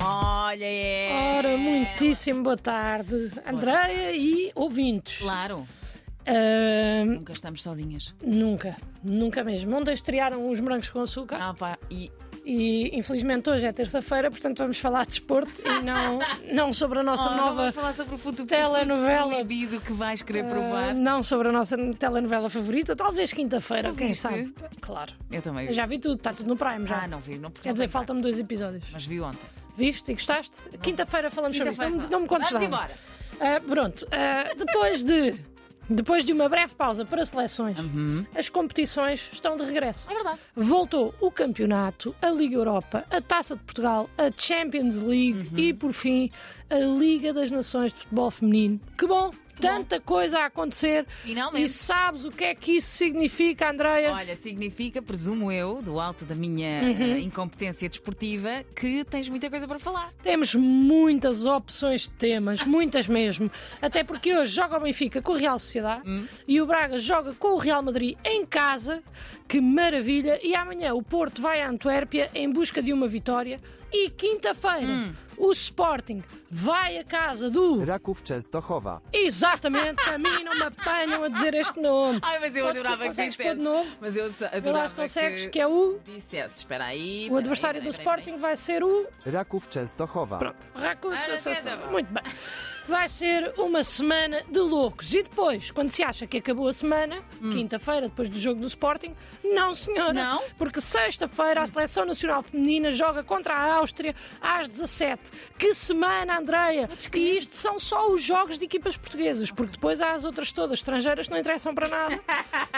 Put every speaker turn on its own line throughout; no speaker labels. Olha, é.
Ora, muitíssimo boa tarde, Andreia e ouvintes.
Claro,
Ahm,
nunca estamos sozinhas.
nunca, nunca mesmo. Ontem estrearam os morangos com açúcar
Ah, pá, e
e infelizmente hoje é terça-feira, portanto vamos falar de desporto e não, Ah, não sobre a nossa
Oh, não
nova.
vamos falar sobre o futuro
telenovela.
proibido que vais querer
ah,
provar.
não sobre a nossa telenovela favorita, talvez quinta-feira,
Tu
quem
viste?
sabe? Claro.
Eu também
Eu
vi.
já vi tudo, está tudo no Prime já.
Ah, não vi, não porque
Quer
não
dizer,
vi.
faltam-me dois episódios.
Mas vi ontem.
Viste e gostaste? Quinta-feira falamos sobre isso. Não, me-
Quinta-feira.
não me contes
Vamos
nada.
embora.
Ah, pronto, ah, depois de depois de uma breve pausa para seleções, as competições estão de regresso.
É verdade.
Voltou o campeonato, a Liga Europa, a Taça de Portugal, a Champions League e por fim a Liga das Nações de Futebol Feminino. Que bom, tanta coisa a acontecer.
Finalmente.
E sabes o que é que isso significa, Andreia?
Olha, significa, presumo eu, do alto da minha
Uhum.
eh, incompetência desportiva, que tens muita coisa para falar.
Temos muitas opções de temas, muitas mesmo. Até porque hoje joga o Benfica com o Real Sociedade e o Braga joga com o Real Madrid em casa. Que maravilha! E amanhã o Porto vai à Antuérpia em busca de uma vitória. E quinta-feira o Sporting vai à casa do.
Raków Częstochowa.
Exatamente, a mim não me apanham a dizer este nome.
Ai, mas eu
Podes-
adorava que
consegues
dissesses.
pôr de novo?
Mas eu adorava
Vê lá se consegues, que é o.
Dissesses, espera aí.
O adversário do Sporting vai ser o.
Raków Częstochowa.
Pronto, Raccoons
Ora,
da Sassão.
então.
Muito bem. Vai ser uma semana de loucos. E depois, quando se acha que acabou a semana, quinta-feira, depois do jogo do Sporting, não, senhora.
Não?
Porque sexta-feira a Seleção Nacional Feminina joga contra a Áustria às 17. Que semana, Andreia! E isto são só os jogos de equipas portuguesas, porque depois há as outras todas estrangeiras que não interessam para nada.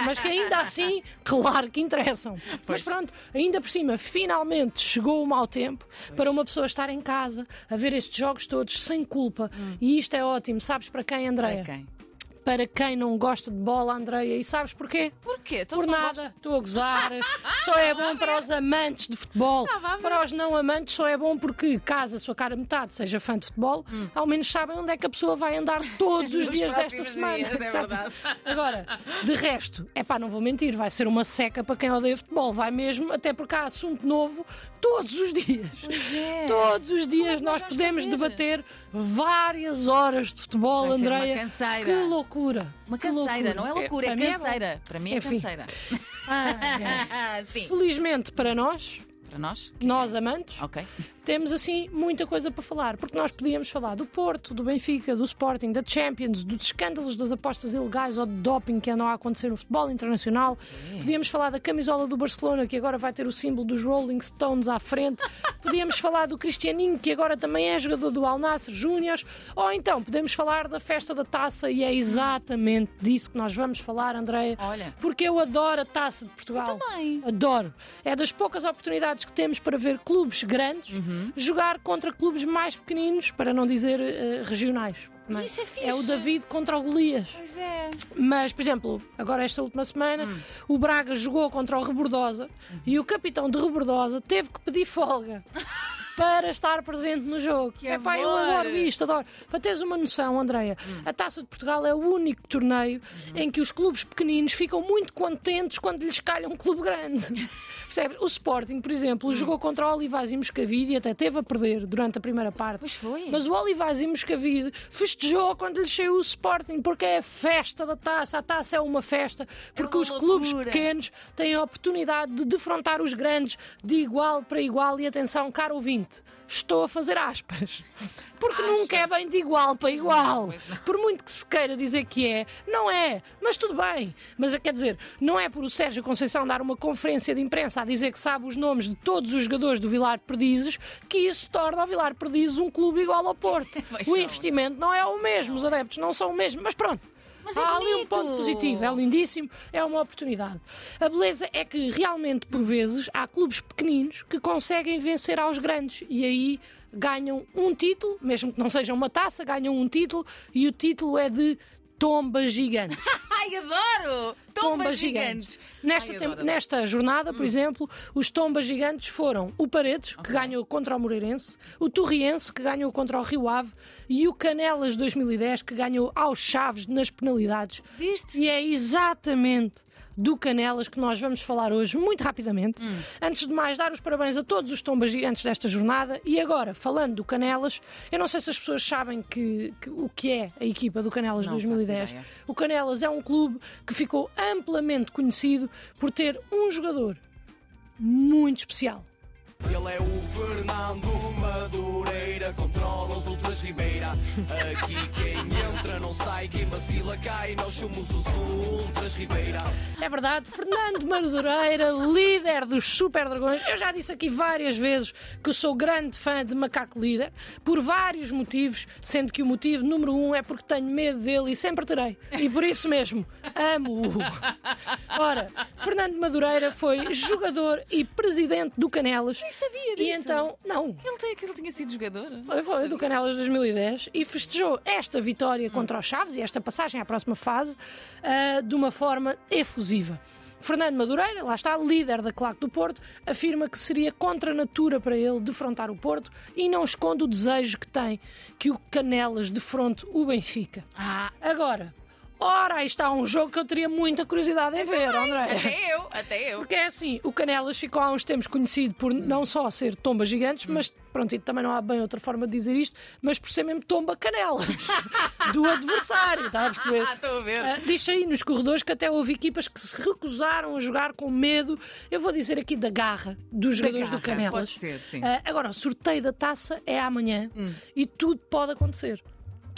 Mas que ainda assim, claro que interessam. Mas pronto, ainda por cima, finalmente chegou o mau tempo para uma pessoa estar em casa a ver estes jogos todos sem culpa. E isto é ótimo. Sabes para quem, Andreia?
Hum. Para quem?
Para quem não gosta de bola, Andreia. E sabes porquê?
Porquê? Então
Por
se não
nada, estou a gozar. Só é bom para os amantes de futebol.
vá ver.
Para os não amantes, só é bom porque, caso a sua cara metade seja fã de futebol, ao menos sabem onde é que a pessoa vai andar todos os
Hum. Nos
dias desta
próximos
semana.
dias, é
Exato.
verdade.
Agora, de resto, é pá, não vou mentir, vai ser uma seca para quem odeia futebol. Vai mesmo, até porque há assunto novo todos os dias.
é.
Todos os dias
que nós
nós
vamos
podemos
fazer?
debater várias horas de futebol,
Vai ser uma
Andreia.
canseira.
Que loucura!
Uma
que
canseira,
loucura.
não é loucura, é,
para mim bom.
canseira. para mim é
Enfim.
canseira.
Ai, ai.
Ah, sim.
Felizmente para nós,
Para nós?
nós amantes,
Ok.
temos assim muita coisa para falar, porque nós podíamos falar do Porto, do Benfica, do Sporting, da Champions, dos escândalos das apostas ilegais ou de doping que andam a acontecer no futebol internacional. Podíamos falar da camisola do Barcelona, que agora vai ter o símbolo dos Rolling Stones à frente. Podíamos falar do Cristianinho, que agora também é jogador do Al Nassr Júnior. Ou então podemos falar da festa da taça, e é exatamente disso que nós vamos falar, Andréia.
Olha.
Porque eu adoro a taça de Portugal.
Eu também.
Adoro. É das poucas oportunidades que temos para ver clubes grandes
Uhum.
jogar contra clubes mais pequeninos, para não dizer eh, regionais. não
Isso é fixe.
É o David contra o Golias.
Pois é. Hum.
Mas, por exemplo, agora esta última semana, o Braga jogou contra o Rebordosa
Uhum.
e o capitão de Rebordosa teve que pedir folga. Para estar presente no jogo. é pá, eu
amor!
adoro isto, adoro. Para teres uma noção, Andreia, a Taça de Portugal é o único torneio em que os clubes pequeninos ficam muito contentes quando lhes calha um clube grande. Percebes? O Sporting, por exemplo,
Hum.
jogou contra o Olivais e Moscavide e até teve a perder durante a primeira parte.
Pois foi.
Mas o Olivais e Moscavide festejou quando lhe saiu o Sporting, porque é a festa da taça. A taça é uma festa, porque
É uma
os clubes
loucura.
pequenos têm a oportunidade de defrontar os grandes de igual para igual. E atenção, caro ouvinte, estou a fazer aspas. Porque nunca é bem de igual para igual. Por muito que se queira dizer que é, não é. Mas tudo bem. Mas eh, quer dizer, não é por o Sérgio Conceição dar uma conferência de imprensa a dizer que sabe os nomes de todos os jogadores do Vilar Perdizes que isso torna o Vilar Perdizes um clube igual ao Porto.
Pois
o
não.
investimento não é o mesmo, os adeptos não são o mesmo. Mas pronto.
Mas é
Há ali um
bonito.
ponto positivo, é lindíssimo, é uma oportunidade. A beleza é que realmente, por vezes, há clubes pequeninos que conseguem vencer aos grandes e aí ganham um título, mesmo que não seja uma taça, ganham um título e o título é de Tomba Gigante.
Ai, adoro! Tombas,
Tombas
Então, gigantes.
gigantes. Nesta,
Ai,
tem-
adoro. Hum.
nesta jornada, por exemplo, os tombas gigantes foram o Paredes, que ganhou contra o Moreirense, o Torriense, que ganhou contra o Rio Ave, e o Canelas 2010, que ganhou aos Chaves nas penalidades.
Viste?
E é exatamente do Canelas, que nós vamos falar hoje muito rapidamente.
Hum.
Antes de mais, dar os parabéns a todos os tombas gigantes desta jornada. E agora, falando do Canelas, eu não sei se as pessoas sabem que, que- o que é a equipa do Canelas
Não faço
2010.
ideia.
O Canelas é um clube que ficou amplamente conhecido por ter um jogador muito especial.
Ele é o Fernando Madureira, controla os Ultras Ribeira. Aqui quem entra não sai, quem vacila cai, nós somos os Ultras Ribeira.
É verdade, Fernando Madureira, líder dos Super Dragões. Eu já disse aqui várias vezes que sou grande fã de Macaco Líder, por vários motivos, sendo que o motivo número um é porque tenho medo dele e sempre terei. E por isso mesmo, amo-o. Ora, Fernando Madureira foi jogador e presidente do Canelas. Nem
sabia
E
disso.
então, não,
Ele, tem- que ele tinha sido jogador?
foi, foi do Canelas 2010 e festejou esta vitória contra os Chaves e esta passagem à próxima fase ah, de uma forma efusiva. Fernando Madureira, lá está, líder da Claque do Porto, afirma que seria contra a natura para ele defrontar o Porto e não esconde o desejo que tem que o Canelas defronte o Benfica.
Ah,
Agora, ora, aí está um jogo que eu teria muita curiosidade em ver, André.
até eu, até eu.
Porque é assim, o Canelas ficou há uns tempos conhecido por não só ser tomba gigantes, mas pronto, e também não há bem outra forma de dizer isto, mas por ser mesmo tomba canelas do adversário, está a perceber?
Ah, estou a ver.
Ah, diz aí nos corredores que até houve equipas que se recusaram a jogar com medo, eu vou dizer aqui da garra dos jogadores
garra,
do
pode
Canelas.
ser, sim.
Ah, agora, o sorteio da taça é amanhã
Hum.
e tudo pode acontecer.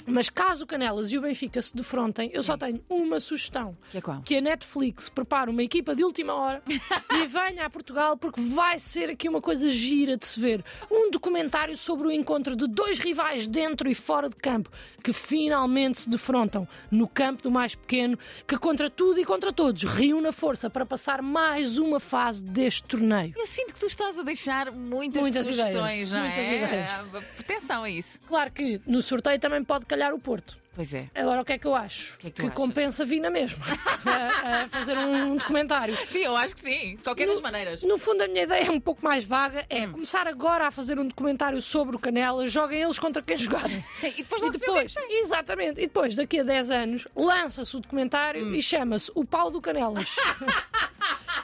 Mas caso o Canelas e o Benfica se defrontem, eu só tenho uma sugestão
Hum. Que é qual?
que a Netflix prepare uma equipa de última hora e venha a Portugal porque vai ser aqui uma coisa gira de se ver. Um documentário sobre o encontro de dois rivais dentro e fora de campo que finalmente se defrontam no campo do mais pequeno, que contra tudo e contra todos reúne a força para passar mais uma fase deste torneio.
Eu sinto que tu estás a deixar muitas,
Muitas ideias,
sugestões, não
muitas
é?
ideias.
Ah, Atenção a isso.
Claro que no sorteio também pode calhar o Porto.
Pois é.
Agora o que é que eu acho?
O que é que tu
que
achas?
compensa vir na mesma a, a fazer um documentário.
Sim, eu acho que sim. De qualquer das maneiras.
No fundo, a minha ideia é um pouco mais vaga.
Hum.
É começar agora a fazer um documentário sobre o Canela. Joguem eles contra quem jogarem.
E depois
E
logo se vê o que é que
depois, exatamente, e depois, daqui a 10 anos, lança-se o documentário
Hum.
e chama-se O Pau do Canelas.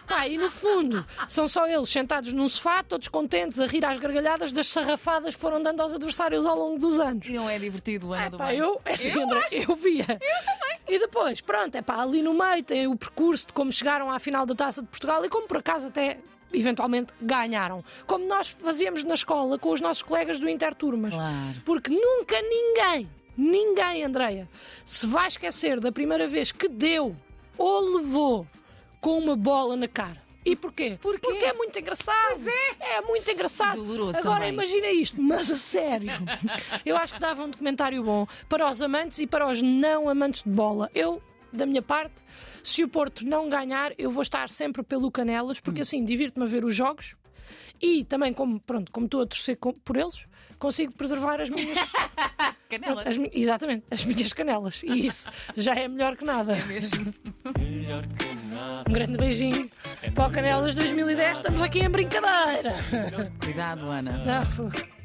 Pá, e no fundo, são só eles sentados num sofá, todos contentes, a rir às gargalhadas das sarrafadas que foram dando aos adversários ao longo dos anos.
E não é divertido, Ana
Ah,
do
pá,
Bem.
eu, é assim, André, eu via. Eu também. E depois, pronto, é pá, ali no meio tem o percurso de como chegaram à final da Taça de Portugal e como por acaso até eventualmente ganharam. Como nós fazíamos na escola com os nossos colegas do Interturmas.
Claro.
Porque nunca ninguém, ninguém, Andreia, se vai esquecer da primeira vez que deu ou levou com uma bola na cara. E porquê?
Porquê?
Porque é muito engraçado. é. muito engraçado.
Doloroso
Agora
também.
imagina isto, mas a sério. Eu acho que dava um documentário bom para os amantes e para os não amantes de bola. Eu, da minha parte, se o Porto não ganhar, eu vou estar sempre pelo Canelas, porque
Hum.
assim divirto-me a ver os jogos e também, como, pronto, como estou a torcer com- por eles, consigo preservar as minhas.
Canelas.
as mi- exatamente, as minhas canelas. E isso já é melhor que nada.
Melhor que nada, É
Um grande beijinho para o Canelas 2010. Estamos aqui em brincadeira.
Cuidado, Ana.
Não,